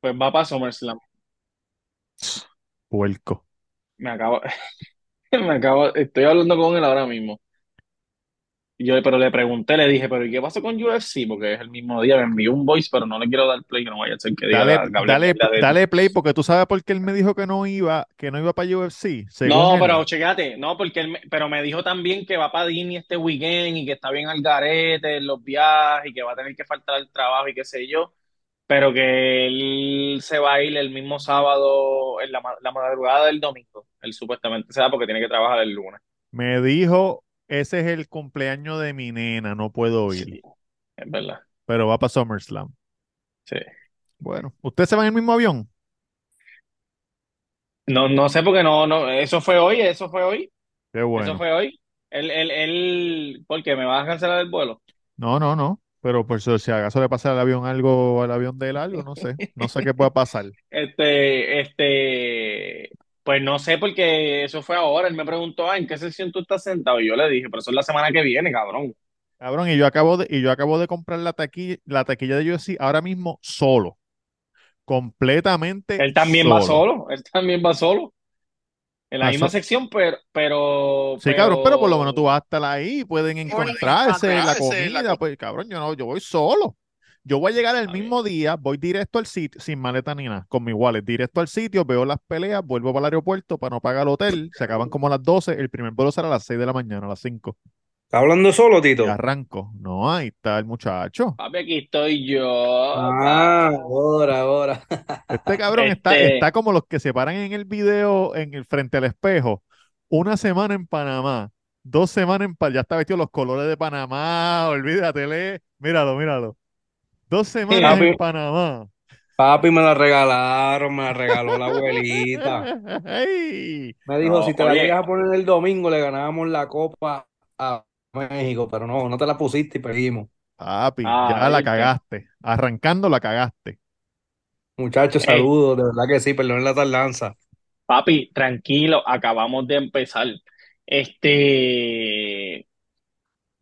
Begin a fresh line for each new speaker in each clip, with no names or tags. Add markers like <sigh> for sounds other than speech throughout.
Pues va para SummerSlam.
Puerco.
Me acabo, <laughs> me acabo, estoy hablando con él ahora mismo. Y yo, pero le pregunté, le dije, pero ¿y qué pasó con UFC? Porque es el mismo día, me envió un voice, pero no le quiero dar play, que no vaya a ser que diga
Dale,
la, que hable
dale,
mierda de él.
dale play porque tú sabes por qué él me dijo que no iba, que no iba para UFC, según
No,
él.
pero chécate, no, porque él me, pero me dijo también que va para Disney este weekend y que está bien al garete en los viajes y que va a tener que faltar al trabajo y qué sé yo, pero que él se va a ir el mismo sábado, en la, ma- la madrugada del domingo. Él supuestamente se va porque tiene que trabajar el lunes.
Me dijo, ese es el cumpleaños de mi nena, no puedo ir,
Sí, es verdad.
pero va para SummerSlam.
Sí.
Bueno, ¿ustedes se van en el mismo avión?
No, no sé porque no, no, eso fue hoy, eso fue hoy,
Qué
eso
bueno.
fue hoy. Él, él, él, ¿por qué? ¿Me vas a cancelar el vuelo?
No, no, no. Pero por si si acaso le pasa al avión algo, al avión de él algo, no sé. No sé
<laughs>
qué pueda pasar.
Este, este, pues no sé porque eso fue ahora. Él me preguntó, ah, ¿en qué sección tú estás sentado? Y yo le dije, pero eso es la semana que viene, cabrón.
Cabrón, y yo acabo de, y yo acabo de comprar la taquilla, la taquilla de UFC ahora mismo solo, completamente
Él también va
solo.
solo, él también va solo, en la misma
Pasó.
sección, pero, pero,
Sí, cabrón, pero por lo menos tú
pero,
vas a estar ahí, pueden
Pueden
encontrarse, la
encontrarse en la
comida,
co-
pues cabrón, yo no, yo voy solo. Yo voy a llegar el
Está bien.
mismo día, voy directo al sitio, sin maleta ni nada, con mi wallet, directo al sitio, veo las peleas, vuelvo para el aeropuerto para no pagar el hotel, se acaban como a las 12, el primer vuelo será a las 6 de la mañana, a las 5,
¿Está hablando solo,
y
Tito?
arranco. No, ahí está el muchacho.
Papi, aquí estoy yo,
Ah,
papá.
ahora, ahora.
Este cabrón está, está
Este,
como los que se paran en el video, en el frente al espejo, una semana en Panamá, dos semanas en Panamá, ya está vestido los colores de Panamá, olvídate, lee, míralo, míralo. Dos semanas en
papi,
Panamá.
Papi, me la regalaron, me la regaló la abuelita.
<laughs> Ey,
Me dijo,
no,
si te la
oye,
llegas a poner el domingo, le ganábamos la copa a México, pero no, no te la pusiste y perdimos.
Papi,
Ah,
ya la
papito.
cagaste. Arrancando la cagaste.
Muchachos,
Eh,
saludos, de verdad que sí, perdón la tardanza.
Papi, tranquilo, acabamos de empezar. Este,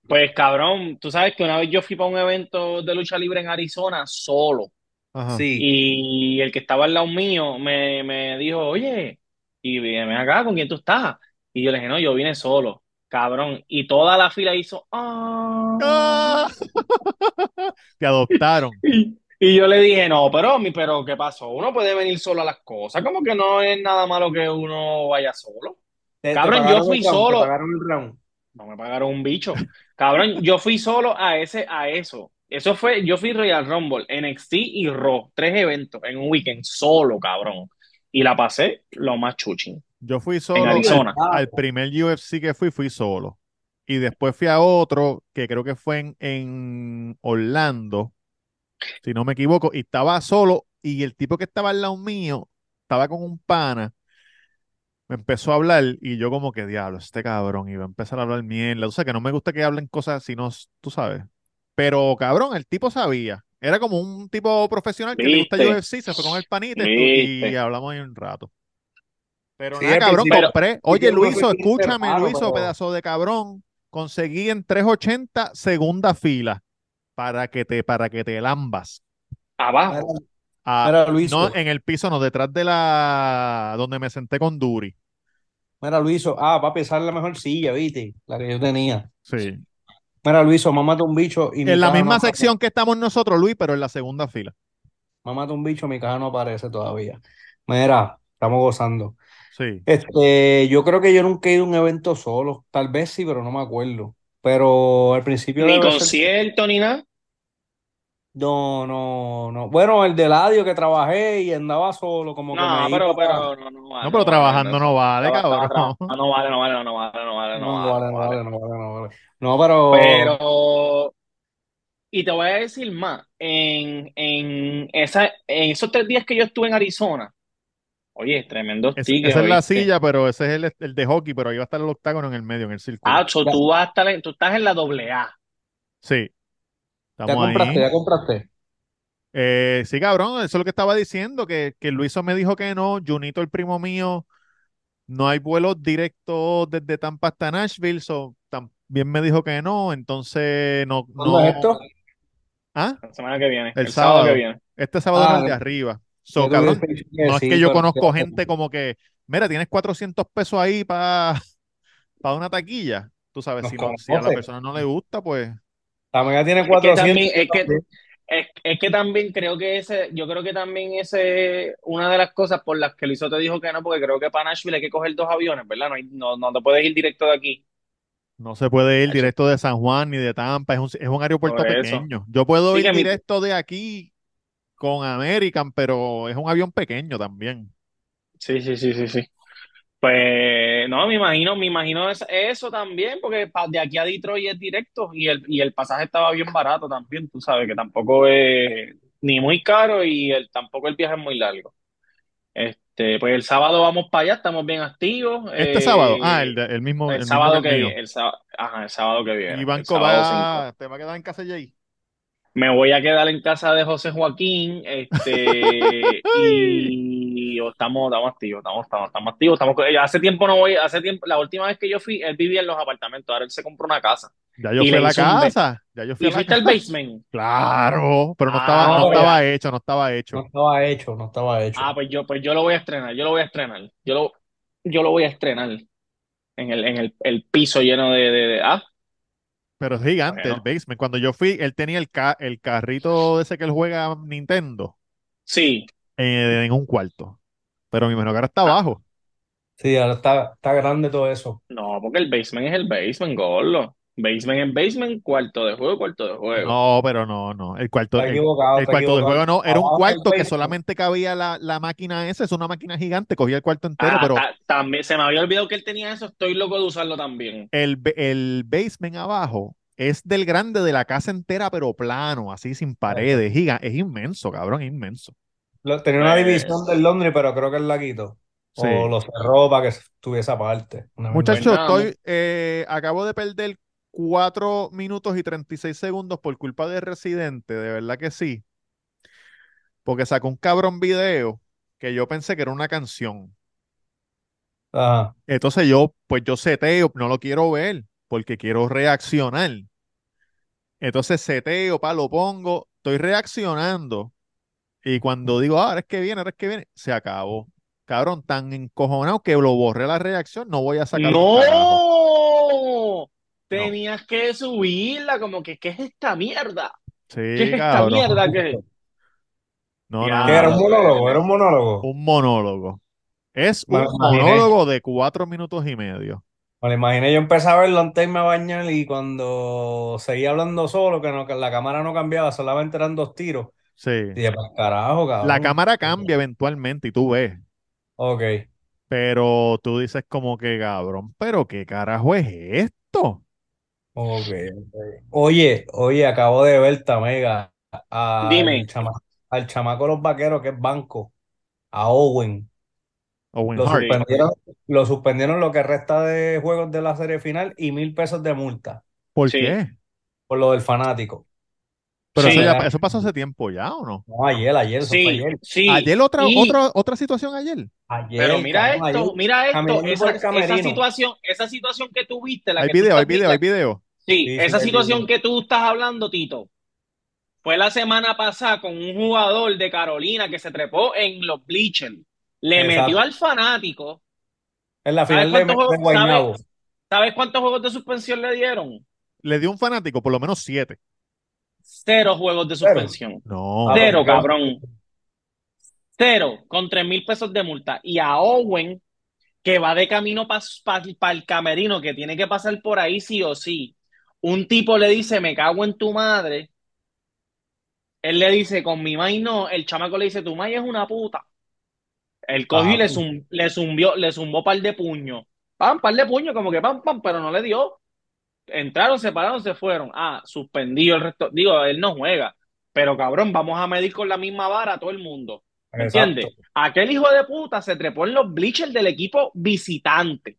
pues cabrón, tú sabes que una vez yo fui para un evento de lucha libre en Arizona solo
Ajá.
Sí.
y el que estaba al lado mío me, me dijo, oye, y ven acá, ¿con quién tú estás? Y yo le dije, no, yo vine solo, cabrón. Y toda la fila hizo, ah.
¡Ah! <laughs> Te adoptaron.
Y, y yo le dije, no, pero, mi, pero, ¿qué pasó? Uno puede venir solo a las cosas, como que no es nada malo que uno vaya solo.
¿Te, te
Cabrón, yo
pagaron el
fui
round? ¿Te
solo.
pagaron el round?
No me pagaron un bicho. Cabrón, yo fui solo a ese, a eso. Eso fue, yo fui Royal Rumble, NXT y Raw, tres eventos en un weekend solo, cabrón. Y la pasé lo más chuchín,
Yo fui
en
solo al,
Arizona.
¿Verdad?
al primer UFC que fui, fui solo. Y después fui a otro que creo que fue en, en Orlando, si no me equivoco, y estaba solo. Y el tipo que estaba al lado mío estaba con un pana. Me empezó a hablar y yo como que diablo, este cabrón iba a empezar a hablar mierda. O sea, que no me gusta que hablen cosas así, no, s- tú sabes. Pero cabrón, el tipo sabía. Era como un tipo profesional que le gusta
¿Viste?
UFC, se fue con el panita estu- y
¿Viste?
hablamos ahí un rato. Pero
Sí,
nada,
al
cabrón,
principio,
Pero,
al
compré. Oye,
principio me fui
Luiso,
con este
escúchame,
raro,
Luiso,
pero
pedazo de cabrón. Conseguí en 380 segunda fila para que te, para que te lambas.
pero,
abajo.
Ah,
mira,
no,
Luiso.
en el piso, no, detrás de la donde me senté con Duri.
Mira, Luiso, ah, papi, esa es la mejor silla, ¿viste? La que yo tenía.
Sí.
Mira, Luiso, mámate un bicho y mi
En la
caja no
misma
aparece.
sección que estamos nosotros, Luis, pero en la segunda fila.
Mámate un bicho, mi caja no aparece todavía. Mira, estamos gozando.
Sí.
Este, yo creo que yo nunca he ido a un evento solo. Tal vez sí, pero no me acuerdo. Pero al principio
Ni
debe ser.
concierto ni nada.
No, no, no. Bueno, el del audio que trabajé y andaba solo, como que
No,
me iba.
pero, pero, no, no
No,
vale,
pero
no vale,
trabajando
gracias.
no vale,
Estaba, estaba
cabrón.
trabajando. No vale, no vale, no vale, no vale, no vale, no
No vale, no
vale.
vale, no vale, no vale. No, pero.
Pero, y te voy a decir más, en, en, esa, en esos tres días que yo estuve en Arizona, oye, tremendos
<laughs> Es-
tickets,
esa es la
¿oíste?
silla, pero ese es el, est- el de hockey, pero ahí va a estar el octágono en el medio, en el círculo.
Acho,
Ya,
Ah, tú vas a estar en- tú estás en la doble A.
Sí,
ya
estamos
compraste,
ahí.
ya compraste.
Eh, sí, cabrón, eso es lo que estaba diciendo, que, que Luiso me dijo que no, Junito, el primo mío, no hay vuelos directos desde Tampa hasta Nashville, so, también me dijo que no, entonces no,
¿Cuándo es
no,
esto?
ah,
La semana que viene,
el
el sábado que
sábado,
viene.
este sábado no
Ah,
el de arriba. So,
Yo te hubiese
cabrón,
dicho
no es
sí,
que yo
pero-
conozco gente como que, mira, tienes 400 pesos ahí para <laughs> una taquilla. Tú sabes,
Nos
si, no- si a la
conoce.
persona no le gusta, pues
La mega tiene
Es que
400.
también, es que, es, es que también creo que ese, yo creo que también ese, una de las cosas por las que Luiso te dijo que no, porque creo que para Nashville hay que coger dos aviones, ¿verdad? No, hay- no, no te puedes ir directo de aquí.
no se puede ir
Eso.
directo de San Juan ni de Tampa. Es un, es un aeropuerto
Por eso.
pequeño. Yo puedo
Sí,
ir
que mi,
directo de aquí con American, pero es un avión pequeño también.
sí, sí, sí, sí, sí. Pues no, me imagino, me imagino es- eso también, porque pa- de aquí a Detroit es directo y el, y el pasaje estaba bien barato también, tú sabes, que tampoco es ni muy caro y el, tampoco el viaje es muy largo. Este, pues el sábado vamos para allá, estamos bien activos.
Este sábado, ah, el,
eh,
de- el mismo,
el
el mismo que
sábado
el
que
mío.
viene, el sábado, ajá, el sábado que
Y
viene, el
Banco
sábado 5.
va, te va a quedar en casa Jay.
Me voy a quedar en casa de José Joaquín, este, y o estamos, estamos activos, estamos, estamos, estamos activos, estamos, con- hace tiempo no voy, hace tiempo, la última vez que yo fui, él vivía en los apartamentos, ahora él se compró una casa
Ya yo
y
fui a
le
la
hizo un be
casa, ya yo fui a
¿Y
la
fuiste al
casa.
basement?
Claro, pero no estaba, no
Ah,
No,
pues,
estaba hecho, no estaba
no
hecho.
estaba hecho, no estaba
ah,
hecho.
pues yo, pues yo lo voy a estrenar, yo lo voy a estrenar, yo lo, yo lo voy a estrenar en el, en el, el piso lleno de, de, de- ah,
Pero es gigante el
bueno,
basement. Cuando yo fui, él tenía el, ca- el carrito ese que él juega a Nintendo
sí,
eh, en un cuarto. Pero mi menor está
Ah,
abajo.
Sí, ahora está, está grande todo eso.
no, porque el basement es el basement, gordo, basement es basement, cuarto de juego, cuarto de juego.
No, pero no, no. El cuarto,
Está
el,
equivocado,
el
está
cuarto de
equivocado.
juego no. Era un
Abajo del
cuarto que
basement.
solamente cabía la, la máquina esa. Es una máquina gigante. Cogía el cuarto entero,
Ah,
pero
ta- también se me había olvidado que él tenía eso. Estoy loco de usarlo también.
el, ba- el basement abajo es del grande de la casa entera, pero plano, así sin
Exacto.
paredes. Es, giga- es inmenso, cabrón, es inmenso.
Lo- tenía una
Pues,
división del Londres, pero creo que él la quitó. O
Eh. Sí.
lo cerró para que estuviese aparte. Una
pues
mierda
Muchachos,
así.
nada, mu-
estoy, eh, acabo de perder 4 minutos y 36 segundos por culpa de Residente, de verdad que sí, porque sacó un cabrón video que yo pensé que era una canción.
Ajá.
Entonces yo, pues yo seteo, no lo quiero ver, porque quiero reaccionar. Entonces seteo, pa, lo pongo, estoy reaccionando. Y cuando digo, "Ah, ahora es que viene, ahora es que viene, se acabó. Cabrón, tan encojonado que lo borré la reacción, no voy a sacar un carajo.
¡No!
No.
Tenías que subirla, como que, ¿qué es esta mierda? ¿Qué es
Sí,
esta
cabrón.
mierda que
No, no,
¿Qué
no,
era un
no.
monólogo? Era
Diablo,
un monólogo.
Un monólogo. Es
Me
un
lo imaginé.
monólogo de cuatro minutos y medio.
Me lo imaginé. Yo empecé a verlo antes de irme a bañar y cuando seguía hablando solo, que, no- que la cámara no cambiaba, solamente eran dos tiros.
Sí.
Dije, pues carajo,
La
cabrón.
cámara cambia eventualmente y tú ves.
Ok.
Pero tú dices como que, cabrón, pero ¿qué carajo es esto?
Ok, ok. Oye, oye, acabo de ver Tamega al
Dime,
chama- al chamaco de los vaqueros que es banco, a Owen.
Owen
Lo
Hart.
sí.
suspendieron, lo suspendieron lo que resta de juegos de la serie final y mil pesos de multa
¿Por
Sí,
qué?
por lo del fanático.
Pero eso
De
ya,
sí,
la-
eso pasó hace tiempo ya, ¿o no?
no, ayer, ayer, eso fue
sí,
ayer.
sí.
Ayer otra,
Y,
otra, otra situación ayer.
pero
Ayer,
mira
cabrón, ayer,
esto, mira esto,
caminando por
esa,
el
esa
camerino.
situación, esa situación que tú viste, la
Hay
que tú
video, hay
estás, vi-
video, hay
la-
video.
sí,
Sí, sí,
esa
hay
situación
video.
que tú estás hablando, Tito. Fue la semana pasada con un jugador de Carolina que se trepó en los bleachers. Le metió
Exacto.
al fanático.
En la
¿Sabes
final
cuántos
de, de
juegos, sabes,
Guaynabo.
sabes cuántos juegos de suspensión le dieron?
Le dio un fanático, por lo menos siete.
Cero juegos de
Pero,
suspensión.
ah,
No.
pues,
Cero,
¿qué va a
cabrón.
hacer?
Cero, con tres mil pesos de multa. Y a Owen, que va de camino para el camerino, que tiene que pasar por ahí sí o sí. Un tipo le dice, me cago en tu madre. Él le dice, con mi may no. El chamaco le dice, tu may es una puta. Él cogió y le,
Cabrón.
zum- le zumbió, le zumbó par de puños. Pam, par de puños, como que pam, pam, pero no le dio. Entraron, se pararon, se fueron. Ah, suspendido el resto. Digo, él no juega. Pero cabrón, vamos a medir con la misma vara a todo el mundo. ¿Me
Exacto.
entiendes? Aquel hijo de puta se trepó en los bleachers del equipo visitante.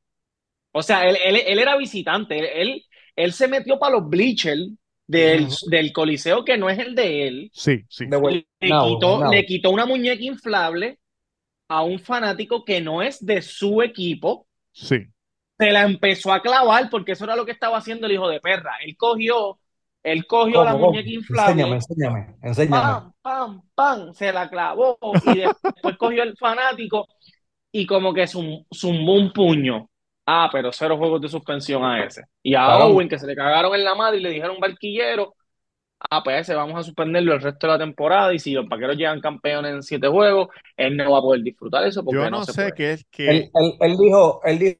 O sea, él, él- él era visitante. Él, él, él se metió para los bleachers del,
Ujú.
del coliseo que no es el de él.
Sí, sí.
De
Le
Guaynabo,
quitó, le
Guaynabo.
quitó una muñeca inflable a un fanático que no es de su equipo,
Sí.
se la empezó a clavar porque eso era lo que estaba haciendo el hijo de perra. Él cogió. Él cogió
¿Cómo,
la
cómo?
muñeca inflable, Ah,
Enséñame, enséñame, enséñame.
pam, pam, pam, se la clavó y después cogió el fanático y como que zum- zumbó un puño. Ah, pero cero juegos de suspensión a ese. Y a
Cabrón,
Owen, que se le cagaron en la madre y le dijeron barquillero, ah, pues ese vamos a suspenderlo el resto de la temporada y si los vaqueros llegan campeones en siete juegos, él no va a poder disfrutar eso
Yo
porque no
no
se
sé
puede.
qué es
él,
que.
él, él dijo, él dijo,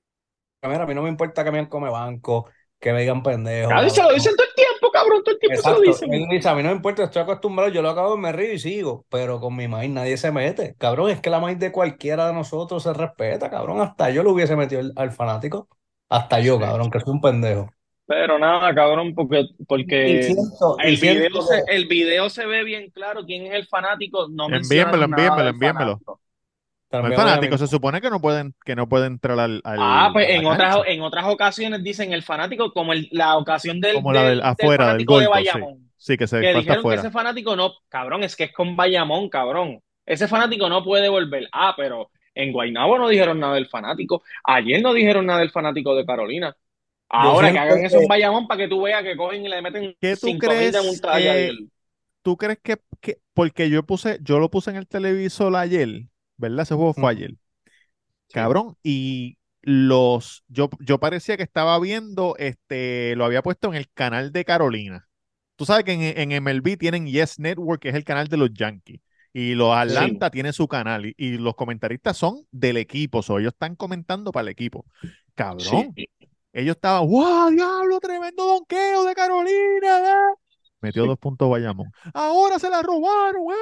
mira, a mí no me importa que me come banco, que me digan pendejo,
Cabrón, se lo
cabrón.
dicen todo el tiempo, cabrón, todo el tiempo se lo
Exacto.
dicen.
Él dice, a mí no me importa, estoy acostumbrado, yo lo acabo, me río y sigo, pero con mi maíz nadie se mete. Cabrón, es que la maíz de cualquiera de nosotros se respeta, cabrón. Hasta yo lo hubiese metido al, al fanático. Hasta yo,
Sí.
cabrón, que soy un pendejo.
Pero nada, cabrón, porque,
Y
porque
siento, y
el
siento
video se, el video se ve bien claro quién es el fanático, no
Envíenmelo,
mencionaron nada
envíenmelo,
del
envíenmelo.
fanático.
No hay
también voy a
fanático,
mi...
se supone que no pueden, que no puede entrar al,
Ah,
al-
pues
a la
en otras,
cancha.
en otras ocasiones dicen el fanático, como el- la ocasión del,
Como la del
del, del
afuera, del
fanático de
Golco, sí.
Bayamón,
Sí, que se
que
falta
dijeron que ese
afuera.
fanático no, cabrón, es que es con Bayamón, cabrón. Ese fanático no puede volver. Ah, pero en Guaynabo no dijeron nada del fanático. Ayer no dijeron nada del fanático de Carolina.
Yo
Ahora que
siento
hagan eso en
que
Bayamón para que tú veas que cogen y le meten
¿Qué tú
5000 en un
crees?
talla y
eh,
el...
¿Tú crees que, que- porque yo puse, yo lo puse en el televisor ayer, ¿verdad? Ese juego fue
Mm,
ayer,
Sí.
cabrón, y los, yo, yo parecía que estaba viendo, este, lo había puesto en el canal de Carolina. Tú sabes que en, en MLB tienen Yes Network, que es el canal de los Yankees, y los
Sí.
Atlanta tienen su canal, y, y los comentaristas son del equipo, o sea, ellos están comentando para el equipo.
Sí.
Cabrón, ellos estaban, ¡guau, diablo, tremendo donqueo de Carolina! ah". Metió
Sí.
dos puntos Bayamón. Ahora se la robaron, eh,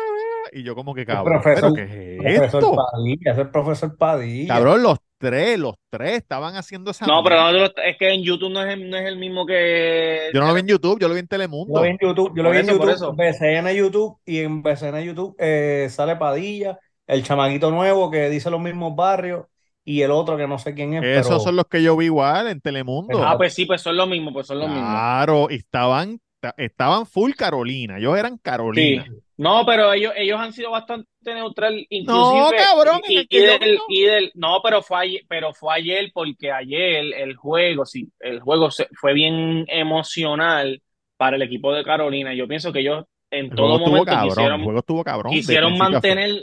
eh". Y yo como que,
el
cabrón, ¿pero
profesor,
qué es
profesor
esto?
Padilla, es el profesor Padilla.
Cabrón, los tres, los tres estaban haciendo esa
No, pero no te
mierda.
lo- es que en YouTube no es, el- no es el mismo que
Yo no lo vi
Tele-
en YouTube, yo lo vi en
Yo lo vi
Telemundo.
en YouTube, yo lo
Por
vi en
eso, por
YouTube,
eso.
BCN YouTube, y en BCN YouTube eh, sale Padilla, el chamaguito nuevo que dice los mismos barrios, y el otro que no sé quién es,
Esos son
pero
los que yo vi igual en Telemundo.
Ah,
exacto.
pues sí, pues son lo mismo, pues son lo mismo.
Claro, y estaban, ta- estaban full Carolina, ellos eran
Sí.
Carolina.
No, pero ellos, ellos han sido bastante neutral,
No,
inclusive,
cabrón, en
y,
el
y
que yo vi
del,
no.
y del, no, pero fue ayer, pero fue ayer, porque ayer el juego, sí, el juego se- fue bien emocional para el equipo de Carolina. Yo pienso que ellos en
El juego
todo
estuvo
momento
cabrón, el
quisieron,
juego estuvo cabrón de
quisieron
principio a fin,
mantener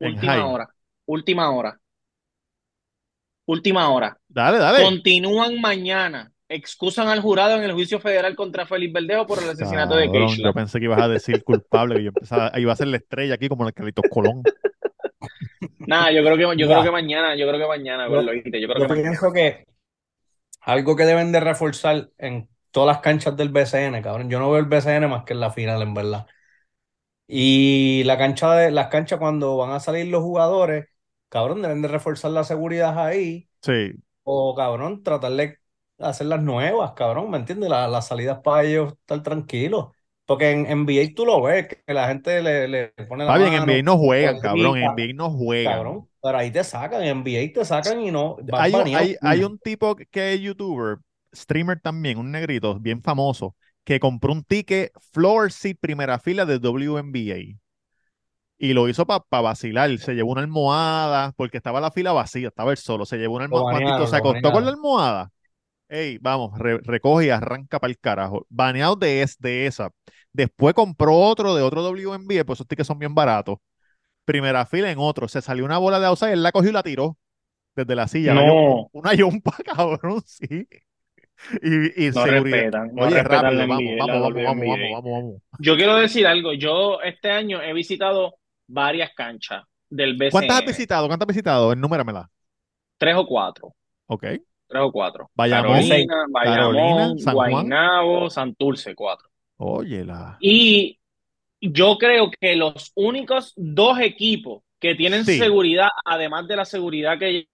en
última
high.
hora, última hora, última hora.
Dale, dale.
Continúan mañana. Excusan al jurado en el juicio federal contra Félix Verdejo por el asesinato de
Cabrón, yo
Keishla.
pensé que ibas a decir culpable, que yo empezaba, iba a ser la estrella aquí como el Carlitos Colón.
Nada, yo creo que yo creo que
Mira,
mañana, yo creo que mañana, lo
yo,
oíste, yo creo que
yo
mañana.
pienso que algo que deben de reforzar en todas las canchas del BCN, cabrón, yo no veo el BCN más que en la final, en verdad. Y la cancha de, las canchas cuando van a salir los jugadores, cabrón, deben de reforzar la seguridad ahí.
Sí,
O, cabrón, tratar de hacerlas nuevas, cabrón, ¿me entiendes? La- las salidas para ellos estar tranquilos. Porque en NBA tú lo ves, que la gente le, le pone la
está bien, en
mano
NBA no
o
juegan,
le
cabrón, en
grita,
NBA no juegan.
cabrón, pero ahí te sacan, en NBA te sacan y no, Mm. vas
Hay, un-
baneado.
hay, hay
full.
un tipo que es youtuber, streamer también, un negrito bien famoso, que compró un ticket floor seat primera fila de WNBA y lo hizo para vacilar. Se llevó una almohada porque estaba la fila vacía, estaba él solo. Se llevó una
Lo
almohada, maldito,
banearon,
se
lo
acostó con la
banearon.
almohada. Ey, vamos, re- recoge y arranca para el carajo. Baneado de, es, de esa. Después compró otro de otro WNBA, pues esos tickets son bien baratos. Primera fila en otro. Se salió una bola de outside, él la cogió y la tiró desde la silla. La yom-
No,
una yompa, cabrón, sí. Y, y
no
seguridad.
respetan, no
Oye,
respetan la
rápido, vamos,
NBA, la
vamos, vamos, vamos, vamos,
WNBA.
vamos, vamos.
Yo quiero decir algo, yo este año he visitado varias canchas del
¿Cuántas has
BCN,
visitado? ¿Cuántas has visitado? Enuméramela.
tres o cuatro,
Ok.
tres o cuatro.
Bayamón,
Ese,
Carolina,
Carolina,
Bayamón,
San Juan.
Guaynabo, Santurce, cuatro.
Óyela.
Y Yo creo que los únicos dos equipos que tienen
Sí,
seguridad, además de la seguridad que,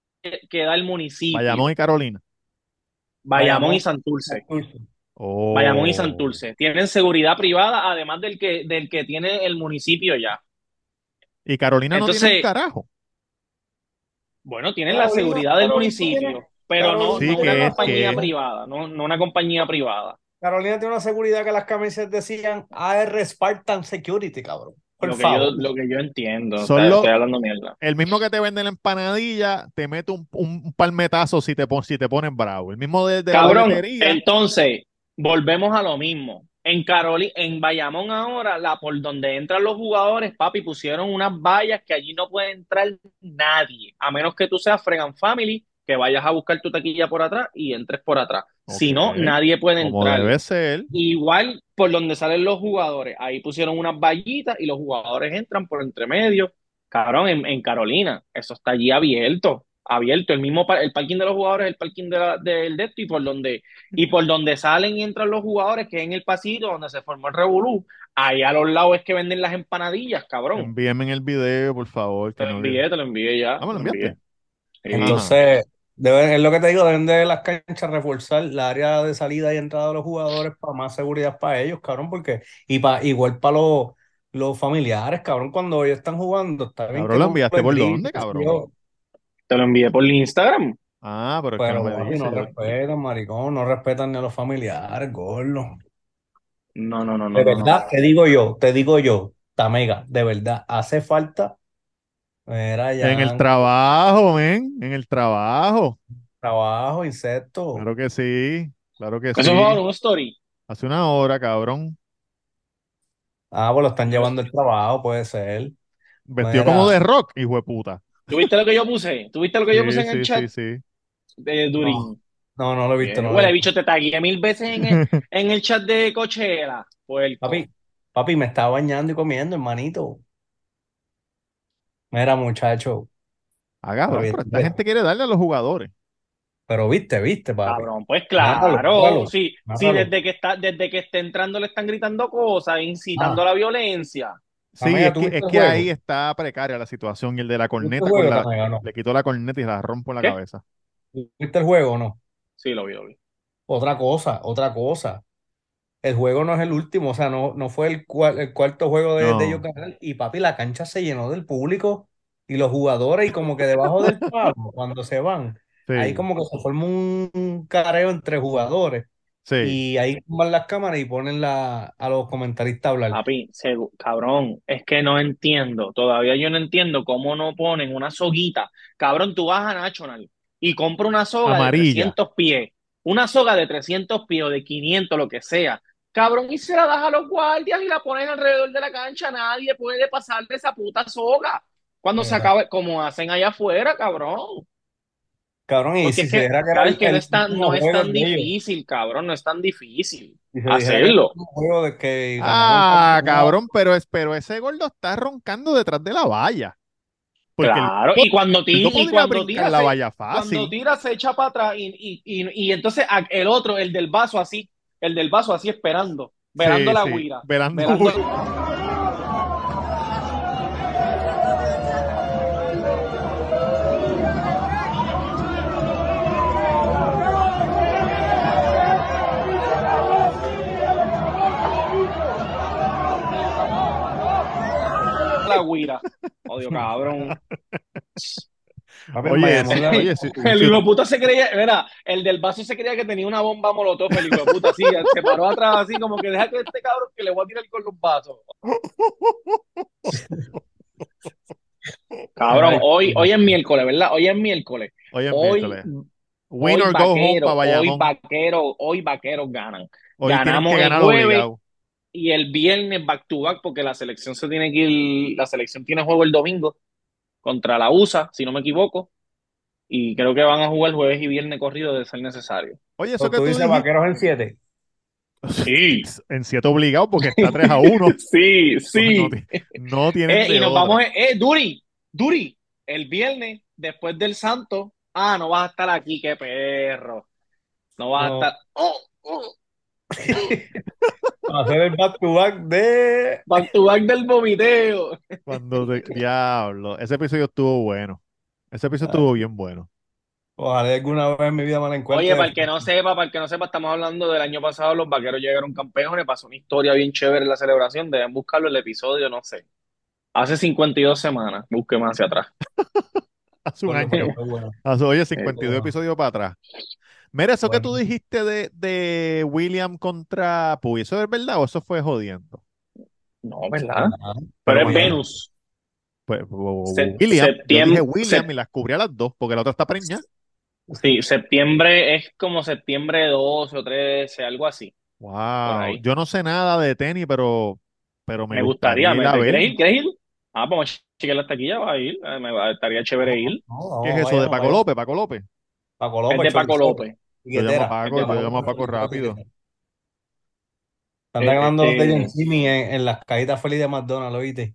que da el municipio,
Bayamón y Carolina.
Bayamón y
Bayamón,
Santurce, Bayamón y
Oh.
Santurce, tienen seguridad privada, además del que, del que tiene el municipio ya.
Y Carolina no tiene un
Entonces,
carajo.
bueno, tienen la
Carolina,
seguridad del
Carolina tiene,
municipio, pero no,
Sí,
no una
Carolina tiene
que es,
una
que
compañía
es.
seguridad.
privada, no, no una compañía privada.
Carolina tiene una seguridad que las camisas decían AR Spartan Security, cabrón. Por
Lo que yo,
favor.
lo que yo entiendo, o
Son
sea, estoy
los,
hablando mierda.
el mismo que te vende la empanadilla, te mete un, un palmetazo si te, pon- si te pones bravo. El mismo de, de la
Cabrón,
boletería.
entonces. volvemos a lo mismo. En Carolina, en Bayamón ahora, la por donde entran los jugadores, papi, pusieron unas vallas que allí no puede entrar nadie, a menos que tú seas Fregan Family, que vayas a buscar tu taquilla por atrás y entres por atrás.
Ok.
Si no, nadie puede
Como
entrar.
debe ser.
Igual por donde salen los jugadores, ahí pusieron unas vallitas y los jugadores entran por entre medio. Cabrón, en, en Carolina, eso está allí abierto, abierto. El mismo par- el parking de los jugadores, el parking de la- del de esto y por donde y por donde salen y entran los jugadores, que es en el pasito donde se formó el revolú, ahí a los lados es que venden las empanadillas, cabrón.
Envíenme el video, por favor.
Te lo
Que no...
envié, te lo envié ya,
Ah, ¿me
te
lo
lo envié.
enviaste?
Sí.
Entonces, deben- es lo que te digo, deben de las canchas reforzar la área de salida y entrada de los jugadores para más seguridad para ellos, cabrón, porque y pa, igual para los, los familiares, cabrón, cuando ellos están jugando, está bien
Cabrón,
que
¿lo
tú
enviaste por
les
dónde,
grites,
cabrón?
yo,
Te lo envié por Instagram.
Ah, pero es que no
pero
me
papi,
dice.
no
yo-
respetan, maricón, no respetan ni a los familiares, gordo.
No, no, no, no,
De
no, no.
verdad, te digo yo, te digo yo, Tamega, de verdad, hace falta, mira, ya
En el trabajo, men, en el trabajo.
trabajo, insecto.
Claro que sí, claro que
Eso
sí.
es ahora un story.
Hace una hora, cabrón.
Ah, pues lo están
Yo-
llevando el trabajo, puede ser.
Vestido
Mira.
como de rock, hijo de puta.
¿Tuviste lo que yo puse? ¿Tuviste lo que yo puse
Sí,
en el
sí,
chat?
sí, sí.
de
No,
Durín.
no, no lo he visto,
Eh,
no lo he
huele
visto.
bicho, te tagué mil veces en el, en el chat de Coachella, Pues, puerco.
Papi, papi, me estaba bañando y comiendo, hermanito. Mira, muchacho.
Ah,
Pero,
cabrón,
vi-
pero esta gente quiere darle a los jugadores.
pero viste, viste, papi.
Cabrón, pues
Mátalo,
claro,
mátalo,
sí, sí,
mátalo.
desde que está, desde que está entrando le están gritando cosas, incitando
Ah,
a la violencia.
Sí,
Tamega,
es
Ah, ¿tú
que,
viste
es
el
que ahí
juego?
está precaria la situación. Y el de la
¿Viste el
corneta con
juego,
la.
Tamega? No.
Le quitó la corneta y la rompo en la
¿Qué?
cabeza.
¿Viste el juego o no?
Sí, lo vi, lo vi.
Otra cosa, otra cosa. El juego no es el último, o sea, no, no fue el, cua- el cuarto juego de, de ellos
No.
ganar. Y papi, la cancha se llenó del público y los jugadores, y como que debajo del palo, cuando se van, ahí
Sí,
como que se forma un un careo entre jugadores.
sí.
Y ahí van las cámaras y ponen la, a los comentaristas a hablar.
Papi, segu- cabrón, es que no entiendo, todavía yo no entiendo cómo no ponen una soguita. Cabrón, tú vas a National y compra una soga de
Amarilla.
300 pies, una soga de 300 pies o de 500, lo que sea. Cabrón, y se la das a los guardias y la ponen alrededor de la cancha, nadie puede pasar de esa puta soga. Cuando se
Mira,
acabe, como hacen allá afuera, cabrón.
Cabrón, y
Porque
si
es
se
que,
dijera que era
¿sabes
el,
que No
el
es tan,
último
no es
juego
tan
de ellos,
difícil, cabrón, no es tan difícil
y se dijera que era el
hacerlo.
último juego de que ganaron
Ah,
campeonato,
cabrón, pero, es, pero ese gordo está roncando detrás de la valla. Porque el
Claro, y cuando
gordo
tira, y
podría
cuando
brincar
tira
la
se,
valla
cuando
fácil.
tira se echa para atrás y, y, y, y entonces a- el otro, el del vaso así, el del vaso así esperando, velando
Sí,
la
sí. <laughs>
guira,
Velando.
velando
uy.
la- la guira. Odio, cabrón.
papi, en
Oye,
Bayamón
sí,
la
oye, sí,
El
sí,
hijo de puta se creía, mira, el del vaso se creía que tenía una bomba molotov, el hijo de puta, así, se paró atrás así, como que deja que este cabrón que le voy a tirar con los vasos.
mira,
Cabrón, hoy, hoy es miércoles, ¿verdad? Hoy es miércoles.
Hoy es
Hoy,
miércoles. Win
hoy
or go home para
vaquero, hoy
Bayamón.
vaquero, hoy vaqueros ganan.
Hoy tienen que
Ganamos el
ganar
jueves
obligado.
y el viernes back to back porque la selección se tiene que ir, la selección tiene juego el domingo contra la USA, si no me equivoco, y creo que van a jugar jueves y viernes corrido de ser necesario.
Oye, <laughs> eso
Pero
que
tú
tú
dices
dijiste.
vaqueros en 7.
<laughs>
Sí,
En siete obligado porque está 3 a 1.
sí, <laughs>
No,
sí.
ti- no tienen
Eh, y
de
nos vamos,
otra.
en- eh, Duri, Duri, el viernes después del Santo, ah, no vas a estar aquí, qué perro, no vas a
No.
estar, oh, oh, oh.
Va a ser el back to back de.
back to back del vomiteo.
Cuando te- Diablo. Ese episodio estuvo bueno. Ese episodio
Ay,
estuvo bien bueno. <laughs>
Ojalá alguna vez en mi vida me la
Oye,
encuentre
para
de
el que no
frente.
sepa, para el que no sepa, estamos hablando del año pasado, los vaqueros llegaron campeones, pasó una historia bien chévere en la celebración, deben buscarlo el episodio, no sé. Hace 52 semanas, busque más hacia atrás.
Hace un
Ponlo para que
año.
fue bueno.
Hace, oye,
Eh,
52 episodios para atrás. Mira, eso que tú
Bueno,
dijiste de, de William contra Puy, ¿eso es verdad o eso fue jodiendo?
no,
bueno.
¿verdad?
Nada,
Pero
Pero
es
William,
Venus.
pues, o- o- o-
Se-
William, yo dije
septiembre,
William y las cubrí a las dos, porque la otra está preñada.
sí, septiembre es como septiembre 12 o 13, algo así. por
Wow.
ahí.
Yo no sé nada de tenis, pero, pero me
Me gustaría,
gustaría ir
me,
a
me-
ver.
¿quieres ir? ¿Quieres ir? Ah, pues vamos a chequear la taquilla, va a ir, eh, me va- estaría chévere ir.
No,
¿Qué es
no,
eso
vaya,
de
no,
Paco
vaya.
López? Paco López.
Paco
Es de
López,
Paco
choricero,
López,
Yo llamo a
tiquetera.
es
Paco,
de
yo
Paco
llamo a
López.
Paco rápido.
Tiquetera. Están
Eh,
regalando los de John
Este,
Jimmy en, en las cajitas felices de McDonald's, ¿lo viste?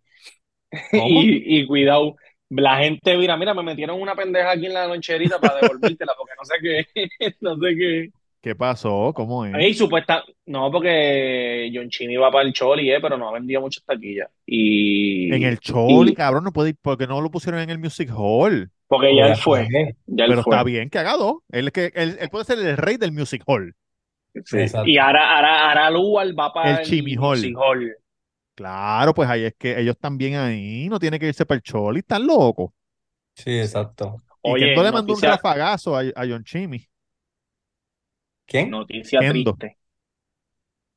<laughs>
¿Cómo?
y, y cuidado, la gente, mira, mira, me metieron una pendeja aquí en la loncherita para devolvértela, porque no sé qué, <laughs> no sé qué.
¿Qué pasó? ¿Cómo es?
Ey, supuesta, no, porque John Chini va para el Choli, eh, pero no ha vendido muchas taquillas.
En
Y,
el Choli,
y
cabrón, no puede ir porque no lo pusieron en el Music Hall.
porque ya
Pero
él
ya
fue,
fue.
ya él
Pero está
fue.
bien que haga dos. Él, es que, él, él puede ser el rey del Music Hall.
Sí. Y
Exacto.
ahora, ahora, ahora Lugar va
El
para
Chimi
el Music
Hall.
Hall.
Claro, pues ahí es que ellos están bien ahí. No tiene que irse para el Choli, están locos.
Sí, exacto.
Y
Oye,
Kendo le mandó un
noticia,
rafagazo a, a John Chimmy.
¿Quién?
noticia
Kendo.
triste.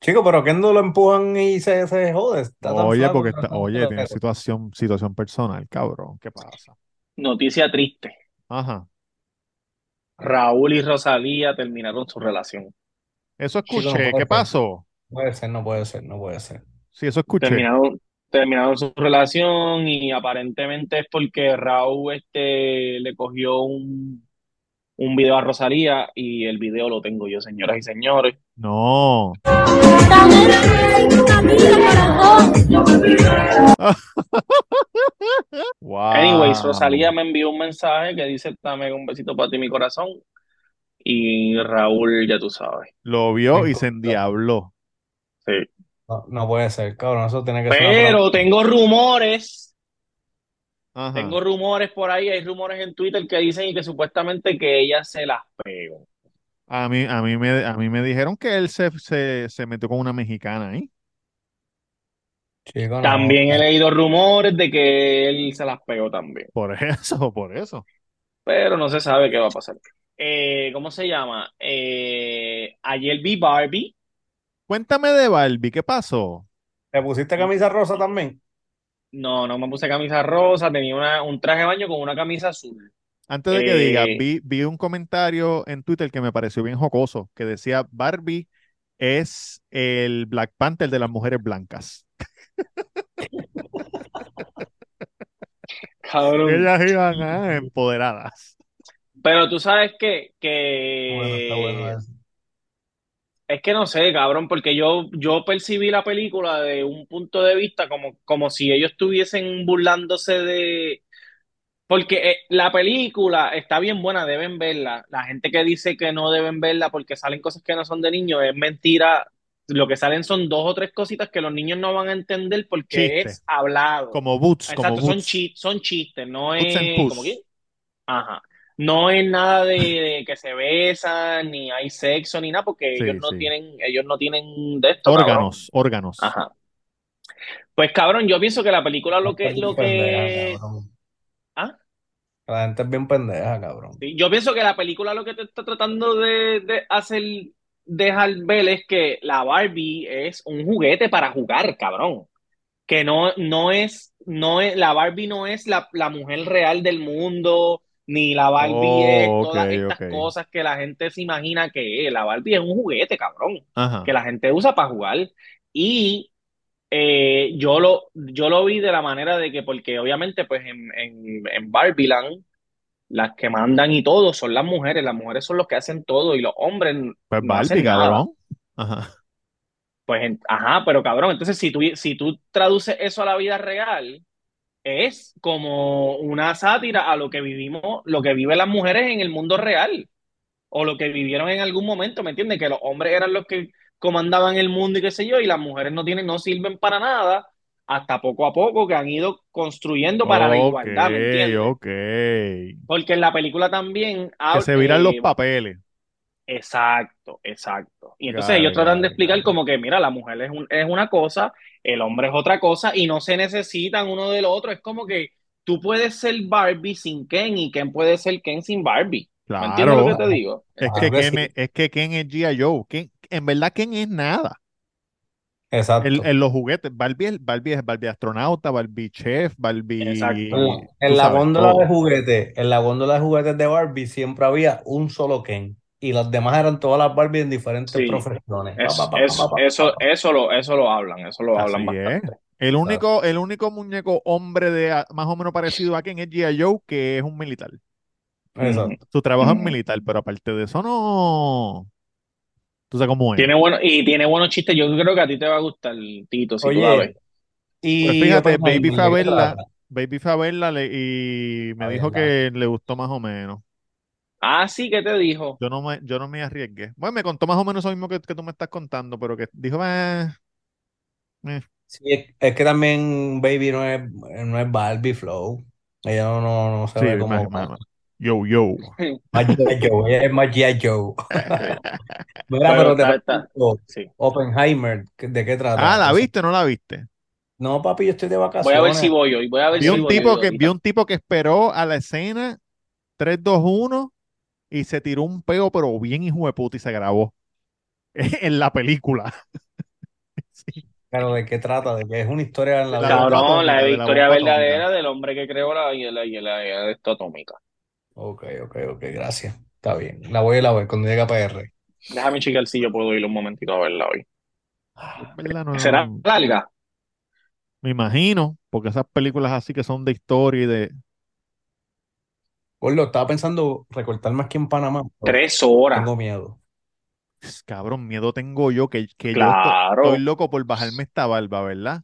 Chico, pero Kendo lo empujan y se, se jode. Está tan
Oye,
flaco
porque
que no
está,
está un
oye, tiene
pelotero.
situación, situación personal, cabrón. ¿Qué pasa?
Noticia triste.
Ajá.
Raúl y Rosalía terminaron su relación.
Eso
Chico, no
escuché.
puede
¿Qué
ser.
pasó?
Puede ser, no puede ser, no puede ser.
Sí, eso escuché.
Terminaron, terminaron su relación y aparentemente es porque Raúl este, le cogió un, un video a Rosalía y el video lo tengo yo, señoras y señores.
No. Ah.
Anyways, Rosalía
Wow.
me envió un mensaje que dice, dame un besito para ti, mi corazón. Y Raúl, ya tú sabes.
Lo vio y se
No,
endiabló.
Sí.
no puede ser, cabrón. Eso tiene que ser una broma.
Pero tengo rumores, tengo
Ajá.
rumores por ahí, hay rumores en Twitter que dicen que supuestamente que ella se las pegó.
A mí, a mí me, a mí me dijeron que él se, se, se metió con una mexicana ahí. <laughs>
Ah.
Chico, no.
También he leído rumores de que él se las pegó también,
Por eso, por eso.
pero no se sabe qué va a pasar. Eh, ¿cómo se llama? Eh, ayer vi Barbie.
Cuéntame de Barbie, ¿qué pasó?
¿Te pusiste camisa rosa también?
No, no me puse camisa rosa, tenía una- un traje de baño con una camisa azul.
Antes de que diga,
Eh,
vi, vi un comentario en Twitter que me pareció bien jocoso, que decía Barbie es el Black Panther de las mujeres blancas.
cabrón.
Ellas iban ah, empoderadas.
Pero tú sabes que,
Bueno, está bueno
que
eso.
Es que no sé, cabrón, porque yo, yo percibí la película de un punto de vista como, como si ellos estuviesen burlándose de... Porque eh, la película está bien buena, deben verla. La gente que dice que no deben verla porque salen cosas que no son de niños es mentira. Lo que salen son dos o tres cositas que los niños no van a entender porque
Chiste,
es hablado.
como Boots, Pues, como
Exacto, son
Boots.
chi- son chistes, no
Boots and
es... ¿Cómo que?
Puss.
Ajá. No es nada de, de que se besan, ni hay sexo, ni nada, porque ellos
Sí,
no
sí.
tienen, ellos no tienen de esto, cabrón.
Órganos, órganos.
Ajá. Pues cabrón, yo pienso que la película lo
Gente
que,
es bien
lo
pendeja,
que,
cabrón.
ah,
La gente es bien pendeja, cabrón.
sí, yo pienso que la película lo que te está tratando de, de hacer dejar ver es que la Barbie es un juguete para jugar, cabrón. que no, no es, no es, la Barbie no es la, la mujer real del mundo, ni la Barbie es
Oh, ok,
todas estas
ok.
cosas que la gente se imagina que es. La Barbie es un juguete, cabrón, que
Ajá.
la gente usa para jugar. Y eh, yo lo, yo lo vi de la manera de que, porque obviamente, pues en, en, en Barbieland, las que mandan y todo son las mujeres, las mujeres son los que hacen todo y los hombres
Pues
no
Barbie,
hacen nada.
cabrón. Ajá.
Pues, en- ajá, pero cabrón, entonces si tú, si tú traduces eso a la vida real, es como una sátira a lo que vivimos, lo que viven las mujeres en el mundo real, o lo que vivieron en algún momento, ¿me entiendes? Que los hombres eran los que comandaban el mundo y qué sé yo, y las mujeres no tienen, no sirven para nada, hasta poco a poco que han ido construyendo para la
Ok,
igualdad, ¿me entiendes?
ok. Que
Porque en la película también hab-
se viran los
eh,
papeles.
Exacto, exacto. Y entonces ellos
Gabe,
tratan de
Gabe,
explicar
Gabe.
como que, mira, la mujer es un- es una cosa, el hombre es otra cosa y no se necesitan uno del otro. Es como que tú puedes ser Barbie sin Ken y Ken puede ser Ken sin Barbie. ¿Me entiendes lo que
Claro.
te
Claro,
digo?
Es que
claro que
Ken es,
sí.
es que Ken es G.I. Joe. Ken- en verdad, Ken es nada. En,
Exacto.
en los juguetes, Barbie es Barbie, es Barbie astronauta, Barbie chef,
Exacto.
En la,
Barbie, tú
en la
sabes,
góndola de
todo.
juguetes, en la góndola de juguetes de Barbie siempre había un solo Ken. y las demás eran todas las Barbie en diferentes
Sí.
profesiones. Pa,
Es-
pa, pa, pa,
eso,
pa, pa,
eso,
pa, pa.
eso lo, eso lo hablan, eso lo hablan
Así es.
bastante.
El único, el único muñeco hombre de a- más o menos parecido a quien es G.I. Joe, que es un militar.
Exacto.
Su trabajo es
Mm.
Ujú.
militar, pero aparte de eso, no. Tú sabes cómo es.
Tiene bueno, y tiene buenos chistes. Yo creo que a ti te va a gustar, Tito, si tú la ves.
Oye,
Pues
y
fíjate,
Oppenheimer,
Baby
¿de qué
Favela,
trata?
Baby Favela le- y me
Ah,
dijo
verdad.
que le gustó más o menos.
Ah, sí, ¿qué te dijo?
Yo no me, yo no me arriesgué. Bueno, me contó más o menos eso mismo que, que tú me estás contando, pero que dijo, "Eh, eh".
Sí, es, es que también Baby no es, no es Barbie Flow. Ella no, no, no se
Sí,
ve
más,
como
más- más. Yo, yo.
más G.I. Joe, ella es más G.I. <laughs> Joe. Mira,
Pero
pero te
está, está.
pregunto,
Sí.
Oppenheimer, ¿de qué
Ah,
trata?
¿la
Eso-
viste o no la viste?
No, papi, yo estoy de
Voy a ver si
vacaciones.
voy hoy, voy a ver
Vi
si
un
voy
tipo
hoy,
que, vi
Dorita.
un tipo que esperó a la escena 3, 2, 1 y se tiró un peo, pero bien hijo de puta y se grabó <laughs> en la película. Sí.
Pero ¿de qué trata? De que es una historia en
De
la
la
vida
bomba
real.
Cabrón, la
atómica, de la
victoria
bomba atómica.
verdadera del hombre que creó la y la, y la- y la de esto atómica.
Ok, ok, ok, gracias. Está bien. La voy a la voy cuando llegue a PR.
Déjame checar si yo puedo ir un momentito a verla hoy.
¿Verdad?
¿Será
No,
larga?
me imagino, porque esas películas así que son de historia y de...
Gordo, estaba pensando recortarme aquí en Panamá, pero
Tres horas.
tengo miedo.
Cabrón, miedo tengo yo que, que yo estoy, estoy
Claro.
loco por bajarme esta barba, ¿verdad?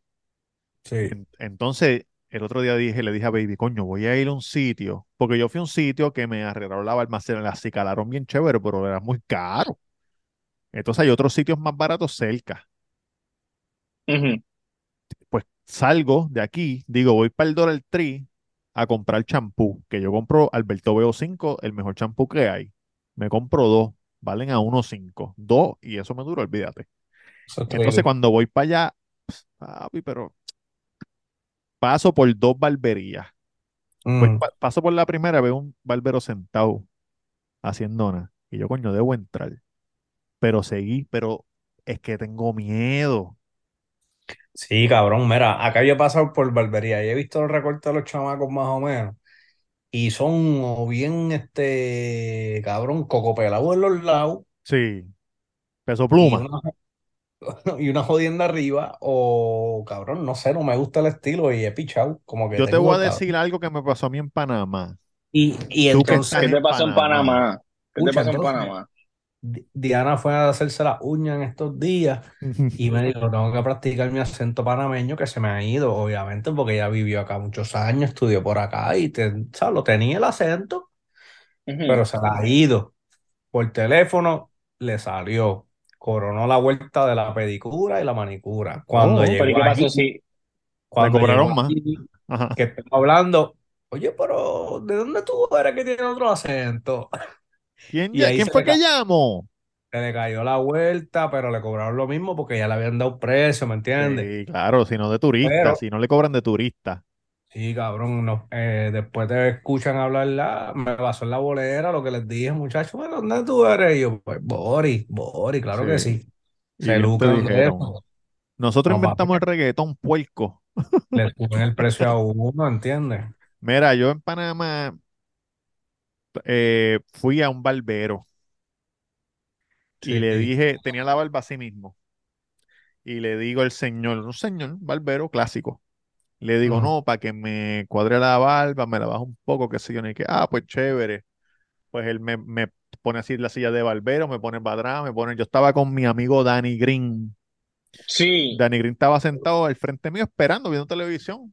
Sí.
En- Entonces, el otro día dije, le dije a Baby, coño, voy a ir a un sitio, porque yo fui a un sitio que me arreglaron la barba, se la acicalaron bien chévere, pero era muy caro. Entonces hay otros sitios más baratos cerca.
Ujú.
Pues salgo de aquí, digo, voy para el Dollar Tree a comprar champú, que yo compro Alberto Veo 5, el mejor champú que hay. Me compro dos, valen a 1.5, dos, y eso me duró, olvídate.
Eso es
Entonces
terrible.
cuando voy para allá, ps, papi, pero paso por dos barberías. Voy
Mm.
pa- paso por la primera, veo un barbero sentado haciendo nada. Y yo, coño, debo entrar. Pero seguí, pero es que tengo miedo.
Sí, cabrón, mira, acá yo he pasado por barbería y he visto los recortes de los chamacos más o menos. Y son o bien, este, cabrón, cocopelados en los lados
Sí, peso
y
pluma.
una, <laughs> y una jodienda arriba. O, cabrón, no sé, no me gusta el estilo y he pichado. Como que
Yo te voy a
tengo,
decir
cabrón.
algo que me pasó a mí en
<laughs>
Panamá.
Y, y
Tú que estás
entonces,
¿Qué
en
te pasó en
Panamá.
Panamá? ¿Qué te
escucha,
pasó en
entonces.
Panamá?
Di- Diana fue a hacerse las uñas en estos días y me dijo, tengo que practicar mi acento panameño que se me ha ido, obviamente, porque ella vivió acá muchos años, estudió por acá y te, ¿sabes? lo tenía el acento,
Ujú.
pero se le ha ido. Por teléfono le salió, coronó la vuelta de la pedicura y la manicura. Cuando
Oh,
Pero ¿y
llegó
qué pasó
allí,
si
le
cuando llegó
cobraron más.
allí,
Ajá.
que estaba hablando, oye, pero ¿de dónde tú eres que tiene otro acento?
¿Quién,
Y
ya-
ahí
¿Quién
se
fue
le
que
cayó.
llamó?
Se le cayó la vuelta, pero le cobraron lo mismo porque ya le habían dado precio, ¿me entiendes?
Sí, claro, si no de turista,
Pero,
si no le cobran de turista.
sí, cabrón, no, eh, después te escuchan hablar, la, me pasó en la bolera lo que les dije, muchachos, bueno, ¿dónde tú eres? Y yo, pues, Boris, Boris, claro que
Sí.
sí.
¿Y
Se
quién te
lucran de
dijeron?
eso.
Nosotros
No, papi,
inventamos el reggaetón puerco.
le suben el precio a uno, ¿entiendes?
Mira, yo en Panamá eh, fui a un barbero <laughs> y
Sí.
le dije, tenía la barba así mismo, y le digo al señor, un señor, un barbero clásico, le digo,
Mm.
no, para que me cuadre la barba, me la bajo un poco, qué sé yo, ni que, ah, pues chévere. Pues él me, me pone así la silla de barbero, me pone para atrás, me pone, yo estaba con mi amigo Danny Green.
Sí.
Danny Green estaba sentado al frente mío esperando, viendo televisión.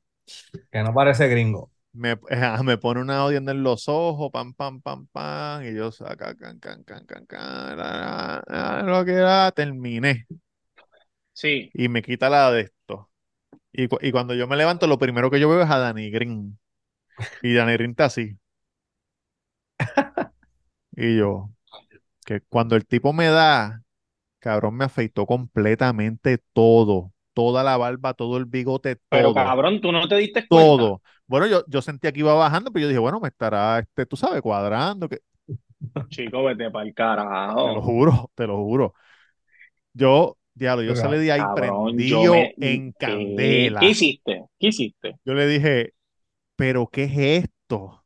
Que no parece gringo.
Me, <laughs> me pone una odiando en los ojos, pam, pam, pam, pam, y yo saca, can, can, can, can, can, la, la, la, lo que era, terminé.
Sí.
Y me quita la de esto. Y, cu- y cuando yo me levanto, lo primero que yo veo es a Danny Green. Y Danny Green está así. Y yo, que cuando el tipo me da, cabrón, me afeitó completamente todo. Toda la barba, todo el bigote,
Pero
todo.
cabrón, tú no te diste cuenta.
Todo. Bueno, yo, yo sentía que iba bajando, pero yo dije, bueno, me estará, este, tú sabes, cuadrando. Que,
Chico, vete para el
te lo
carajo.
juro, <laughs> te lo juro. Yo, diablo, yo
Pero,
salí de ahí
Cabrón, yo
prendido
me... ¿Qué?
en
¿Qué
candela.
hiciste? ¿Qué hiciste?
Yo le dije, ¿pero qué <laughs>
<laughs>
es esto?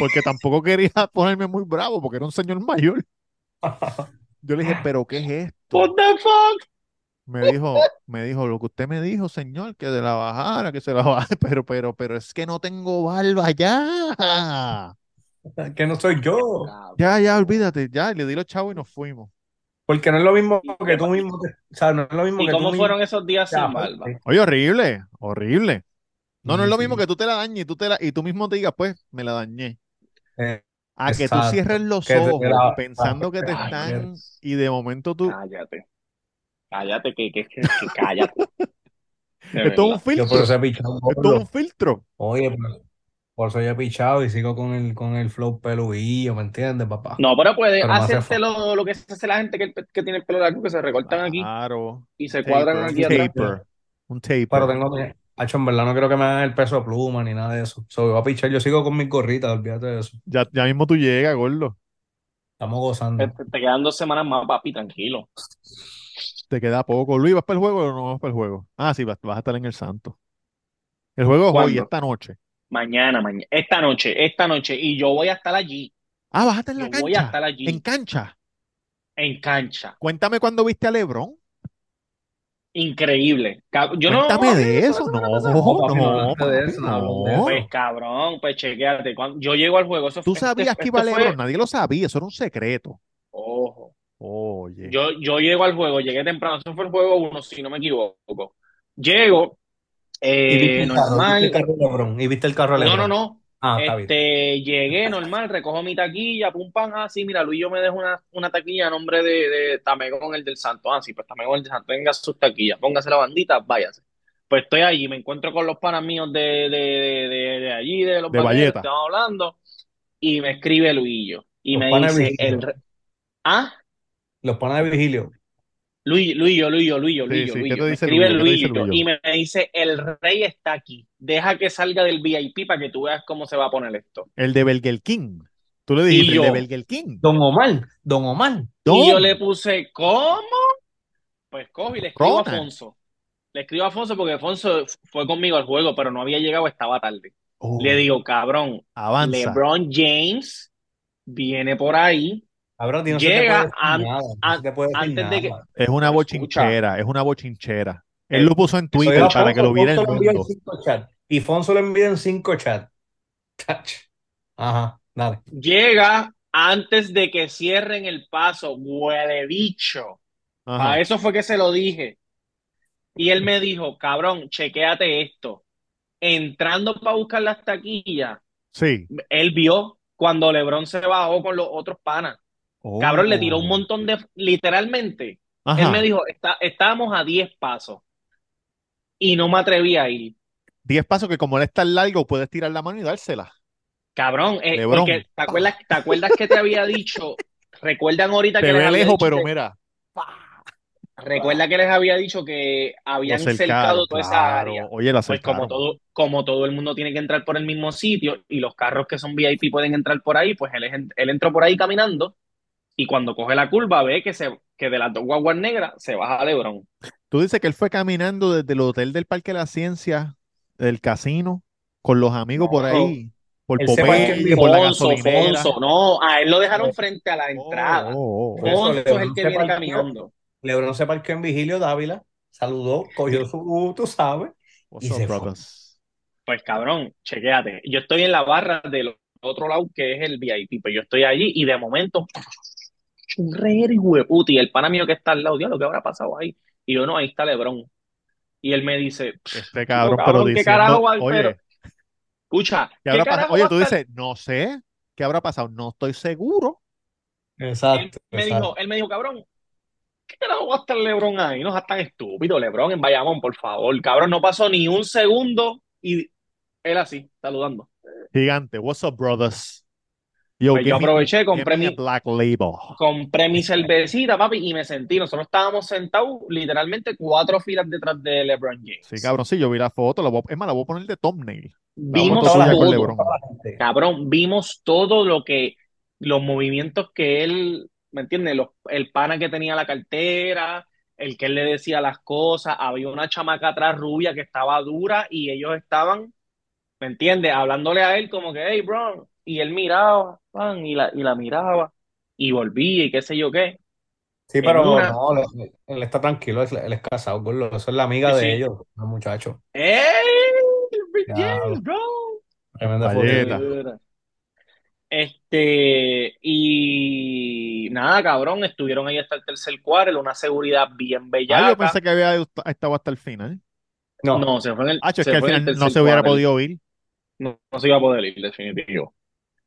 Porque tampoco quería ponerme muy bravo, porque era un señor mayor. Yo le dije, ¿pero qué es esto?
What the fuck?
Me dijo, me dijo, lo que usted me dijo, señor, que de la bajara, que se la bajara, <laughs> pero, pero, pero es que no tengo barba ya.
que no soy yo.
Ya, ya, olvídate, ya, y le di los chavos y nos fuimos.
Porque no es lo mismo que tú mismo. te- o sea, no es lo mismo
¿Y
que tú
cómo
mismo
fueron esos días
te
sin
amas,
pues,
barba?
sí.
Oye, horrible, horrible. No, no es lo
Sí,
mismo
sí.
que tú te la dañes y tú, te la, y tú mismo te digas, pues, me la dañé.
Eh,
A que tú
Exacto.
cierres los
Que te
ojos
la-
pensando que te
Ay,
están y de momento
Ah,
tú...
Cállate. Cállate, que, que, que, que cállate.
<laughs>
De
Esto es un
verdad.
yo por
filtro,
eso he pichado.
esto es
gordo.
un filtro.
Oye, pero por eso yo he pichado y sigo con el, con el flow peluillo, ¿me entiendes, papá?
No, pero puedes
Pero me hace
hacerte lo, lo que se hace la gente que, que tiene el pelo largo, que se recortan aquí
Ah,
Claro,
y se
taper,
cuadran
un
aquí atrás.
taper, un
Pero
taper.
tengo que. Hacho, en verdad no creo que me hagan el peso de pluma ni nada de eso. So, yo voy a pichar, yo sigo con mis gorritas, olvídate de eso.
Ya, ya mismo tú llegas, gordo.
Estamos
Te,
gozando.
te- te quedan dos semanas más, papi, tranquilo.
Te queda poco. Luis, ¿vas para el juego o no vas para el juego? Ah, sí, vas, vas a estar en el Santo. El juego es hoy,
¿Cuándo?
esta noche.
Mañana, mañana. Esta noche, esta noche. Y yo voy a estar allí.
Ah, vas a estar en
Yo
la
voy a
cancha.
estar
En
allí,
cancha.
en cancha.
Cuéntame cuándo viste a LeBron.
Increíble. Cab- Yo no
Cuéntame
hablé de
de
eso
eso.
la
No,
semana pasada.
No, papi, no
no,
hablaste de
papi,
eso, no hablaste de
no.
Pues
eso.
cabrón, pues chequéate. Cuando yo llego al juego, eso,
Tú
este,
sabías que iba
esto
LeBron,
fue.
nadie lo sabía, eso era un secreto.
Ojo.
Oye,
Yo, yo llego al juego, llegué temprano. Eso fue el juego uno, si no me equivoco. Llego,
Y viste
eh,
el carro, viste el
normal.
carro de LeBron, y viste el carro de
No, no,
LeBron.
no.
Ah, está bien.
Este, llegué normal, recojo mi taquilla, pum, pam, ah, sí, mira, Luis, yo me dejo una, una taquilla a nombre de, de Tamegón, el del Santo. Ah, sí, pues Tamegón, el del Santo, tenga sus taquillas, póngase la bandita, váyase. Pues estoy allí, me encuentro con los panas míos de, de, de, de- de allí, de los
de
vaqueros,
Valleta.
estamos hablando, y me escribe Luillo, y
Los
me
panes de
dice, el,
Vigilio.
re- ah,
Los panes de Vigilio.
Luis, Luillo, Luillo, Luillo,
Sí,
Luillo,
sí, ¿qué te
Luillo. Me
dice
escribe
Luyo? ¿Qué te dice
Luillo y
Luyo?
me dice, el rey está aquí, deja que salga del VIP para que tú veas cómo se va a poner esto.
El de Belgel King. Tú le
Y
dijiste, el de
yo,
Belgel King.
Don Omar, Don Omar.
Y yo
Don,
le puse, ¿cómo? Pues cojo y le escribo a
Ronan.
Afonso. Le escribo a Afonso porque Afonso fue conmigo al juego, pero no había llegado, estaba tarde. Le
Oh,
digo, cabrón,
avanza.
LeBron James viene por ahí,
Ahora a ti no se te puede
llega
decir
an-
nada, no se
an-
te puede decir
antes de que...
nada.
Es una
Pero escucha,
bochinchera, es una bochinchera. Él
eh,
lo puso en
Eso yo
Twitter
a
para que lo
Fonso,
viera el
Fonso lo envía en
mundo.
cinco chats. Y Fonso lo envía en cinco chats. Tach. Ajá, dale.
llega antes de que cierren el paso, huele bicho. Para
Ajá.
eso fue que se lo dije. Y él me dijo, cabrón, chequéate esto. Entrando para buscar las taquillas.
Sí.
él vio cuando LeBron se bajó con los otros panas. Cabrón, le tiró un
Oh.
montón de... Literalmente, él me
Ajá.
dijo, "Está- estábamos a 10 pasos y no me atreví a ir.
Diez pasos que como él está largo, puedes tirar la mano y dársela.
Cabrón, eh,
Lebrón.
porque ¿te
pa.
acuerdas, te acuerdas que te había dicho, recuerdan ahorita
Te
que les
ve
había
lejos,
dicho
pero
que,
mira. pa.
recuerda que les había dicho que
Lo
habían
cercaron,
cercado toda esa área.
claro. Oye, lo
Pues como
cercaron.
todo, como todo el mundo tiene que entrar por el mismo sitio y los carros que son VIP pueden entrar por ahí, pues él, es- él entró por ahí caminando. Y cuando coge la curva, ve que, se, que de las dos guaguas negras se baja LeBron.
Tú dices que él fue caminando desde el hotel del Parque de la Ciencia, del casino, con los amigos por
No,
ahí, por
Él se parqueó en
Popeye, por la
Fonso,
gasolinera.
Fonso, no, a él lo dejaron
Vigilio.
frente a la
Oh,
entrada.
oh, oh.
Por eso
Fonso es el
LeBron
que
se
viene
parqueó.
caminando.
LeBron se parqueó en Vigilio Dávila. Saludó, cogió su, uh, tú sabes,
What's
y
up,
se fue.
brothers?
Pues cabrón, chequéate. Yo estoy en la barra del otro lado que es el VIP, pues yo estoy allí y de momento, un reguero y hueputa, y el pana mío que está al lado, lo que habrá pasado ahí? Y yo, no, ahí está LeBron. Y él me dice,
Este
pero
cabrón, pero
cabrón, ¿qué carajo
diciendo,
va? Pero,
oye,
escucha,
¿qué
¿qué
habrá pasado?
carajo va
Oye,
a
tú
estar?
dices, no sé, ¿qué habrá pasado? No estoy seguro.
Él
Exacto,
me
exacto.
dijo, él me dijo, cabrón, ¿Qué carajo va a estar LeBron ahí? No seas tan estúpido, LeBron en Bayamón, por favor. Cabrón, no pasó ni un segundo y él así, saludando.
Gigante, what's up, brothers? Yo,
Pues yo
give me,
aproveché,
give
compré
me a
mi,
black label.
compré mi cervecita, papi, y me sentí. Nosotros estábamos sentados literalmente cuatro filas detrás de LeBron
Sí,
James.
cabrón, sí, yo vi la foto, la voy a- es más, la voy a poner de thumbnail. La foto
Vimos
Toda la
tuya con
gente,
todo,
LeBron.
toda la gente.
cabrón, vimos todo lo que, los movimientos que él, ¿me entiendes? Los- el pana que tenía la cartera, el que él le decía las cosas, había una chamaca atrás rubia que estaba dura y ellos estaban... ¿Me entiendes? Hablándole a él como que, hey, bro. Y él miraba, pan, y la, y la miraba. y volvía y qué sé yo qué.
Sí,
En
pero
una,
no, él, él- él está tranquilo, él, él es casado, gordo. Eso es la
sí,
amiga de
sí.
ellos, los muchachos.
¡Ey! James,
Diablo,
bro!
tremenda
Galleta.
foto.
Dura. Este, y nada, cabrón, estuvieron ahí hasta el tercer cuarto, una seguridad bien
Ah, yo
bellaca.
pensé que había est- estado hasta el final.
No,
No, se fue en el,
Ah, es
se
que al
fue en el
final no
tercer
se hubiera
cuarto.
podido ir.
No, no se iba a poder ir, definitivo.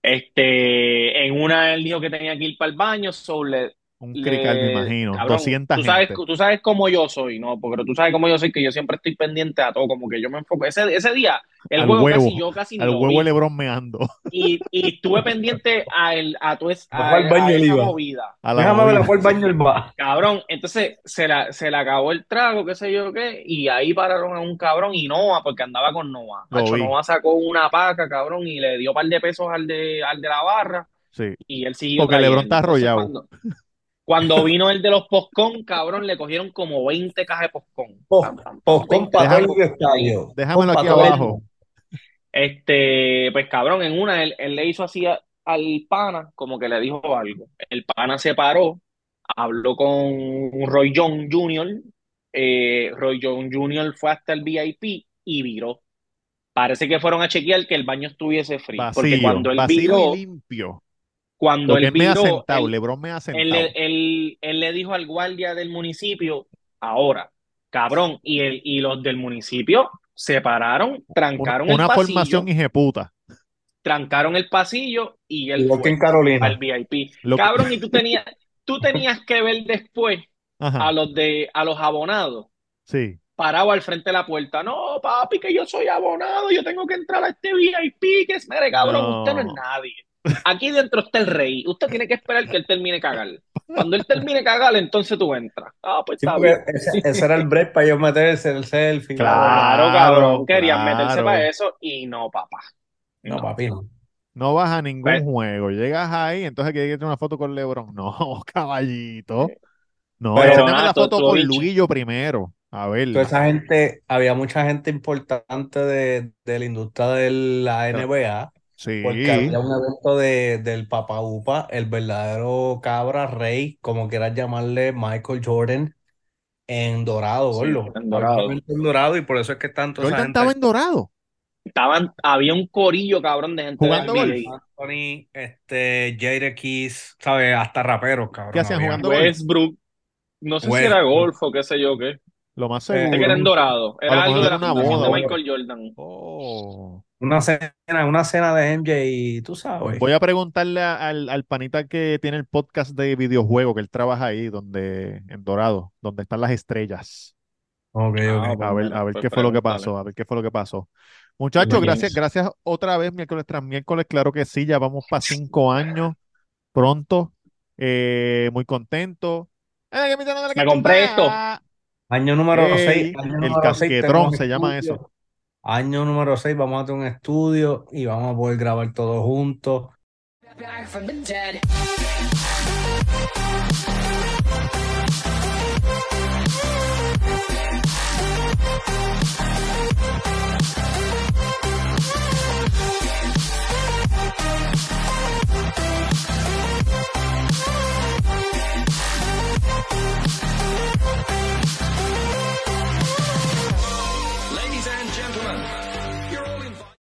Este, en una él dijo que tenía que ir para el baño, so le,
Un crical, me
le-
imagino.
cabrón,
200
tú sabes,
gente.
tú sabes cómo yo soy, ¿no? Porque tú sabes cómo yo soy, que yo siempre estoy pendiente a todo, como que yo me enfoco. Ese, ese día, el
Al
juego casi,
huevo.
yo casi ni
Al
lo
huevo de
vi.
Lebrón meando.
Y, y estuve pendiente a, el, a, tu, es-
¿a cuál
a,
baño
a
él
esa
iba?
movida.
<laughs> A la
Déjame ver a
movida.
cuál baño él va.
Cabrón, entonces se la, se le acabó el trago, qué sé yo qué, y ahí pararon a un cabrón y Noah, porque andaba con Noah.
Lo
Hacho,
vi.
Noah sacó una paca, cabrón, y le dio par de pesos al de, al de la barra,
Sí.
y él siguió
Porque Lebrón
trayendo. Entonces,
está arrollado.
cuando, cuando vino el de los postcón, cabrón, le cogieron como 20 cajas de postcón.
Pos,
Pam, pam, pam,
pos con
20 cajas de
todo
Déjame,
el
postcón.
estadio. Pos
déjamelo
pa'
aquí
todo el
abajo.
mundo.
Este, pues cabrón, en una él, él le hizo así a- al pana, como que le dijo algo. El pana se paró, habló con Roy Jones Jr. eh, Roy Jones Jr. fue hasta el VIP y viró. Parece que fueron a chequear que el baño estuviese free, porque
Vacío.
cuando él
Vacío y
viró,
limpio.
cuando
Porque
él
él me ha
viró,
sentado.
él,
Lebrón me ha
él, le-
sentado.
él- él le dijo al guardia del municipio, ahora, cabrón, y, el, y los del municipio se pararon,
Una,
trancaron el
una formación
pasillo
hijeputa.
trancaron el pasillo y él
Igual que en
fue al
Carolina.
VIP.
Lo que-
Cabrón, y tú tenías, tú tenías que ver después a
Ajá.
los de, a los abonados
Sí.
parado al frente de la puerta. No, papi, que yo soy abonado, yo tengo que entrar a este VIP, que es, mire, cabrón, usted no es
No.
nadie. Aquí dentro está el rey. Usted tiene que esperar que él termine de cagar. Cuando él termine de cagar, entonces tú entras. Ah, pues
Sí,
está
porque
bien.
ese, ese era el break para ellos meterse el selfie y la broma.
Claro,
Claro,
cabrón, querían meterse para
claro.
eso y no, papá.
No,
No.
papi, no.
No vas a ningún
Pues,
juego. Llegas ahí, entonces que tener una foto con Lebrón. <laughs> No, caballito. No,
Pero
Eh, pero
encéndeme
nada,
la
todo,
foto
todo
con
bicho.
Luillo primero. A
toda
verla.
esa gente, había mucha gente importante de, de la industria de la
Pero-
NBA, porque
Sí,
había un evento de, del Papa Upa, el verdadero cabra rey, como quieras llamarle, Michael Jordan, en Dorado,
Sí,
gordo.
en
Había un
Dorado.
evento en Dorado y por eso es que están toda esa
Jordan
gente ahí.
estaba en Dorado
Estaban, había un corillo cabrón de gente de
jugando
Michael
golf.
NBA.
Anthony, este, Jada Kiss, ¿sabes? Hasta raperos,
¿Qué
cabrón,
hacían
había.
jugando golf?
Westbrook, no sé si era
Westbrook,
golf o qué sé yo qué.
Lo más
eh,
Sé que era en
seguro.
Dorado,
A lo
era algo
mejor
de la
era una
fundación
boda.
de
o algo.
Michael Jordan.
Oh.
Una cena, una cena de MJ, y tú sabes.
Pues
Voy a preguntarle a- al, al panita que tiene el podcast de videojuegos, que él trabaja ahí, donde, en Dorado, donde están las estrellas.
Ok,
Ah,
ok.
A
pues
ver,
mira,
a ver
pues
qué fue lo
pregúntale.
que pasó, a ver qué fue lo que pasó.
Dime,
Muchachos, gracias,
James.
gracias otra vez, miércoles tras miércoles, claro que sí, ya vamos para cinco años pronto, eh, muy contento. ¡Eh, que me están dando la
Me compré esto.
cachumba!
Año número 6,
¡Ey!
año
Eh, El
número 6 tenemos
casquetrón se llama eso.
estudio. Año número 6 vamos a tener un estudio y vamos a poder grabar todos juntos.
Back from the dead.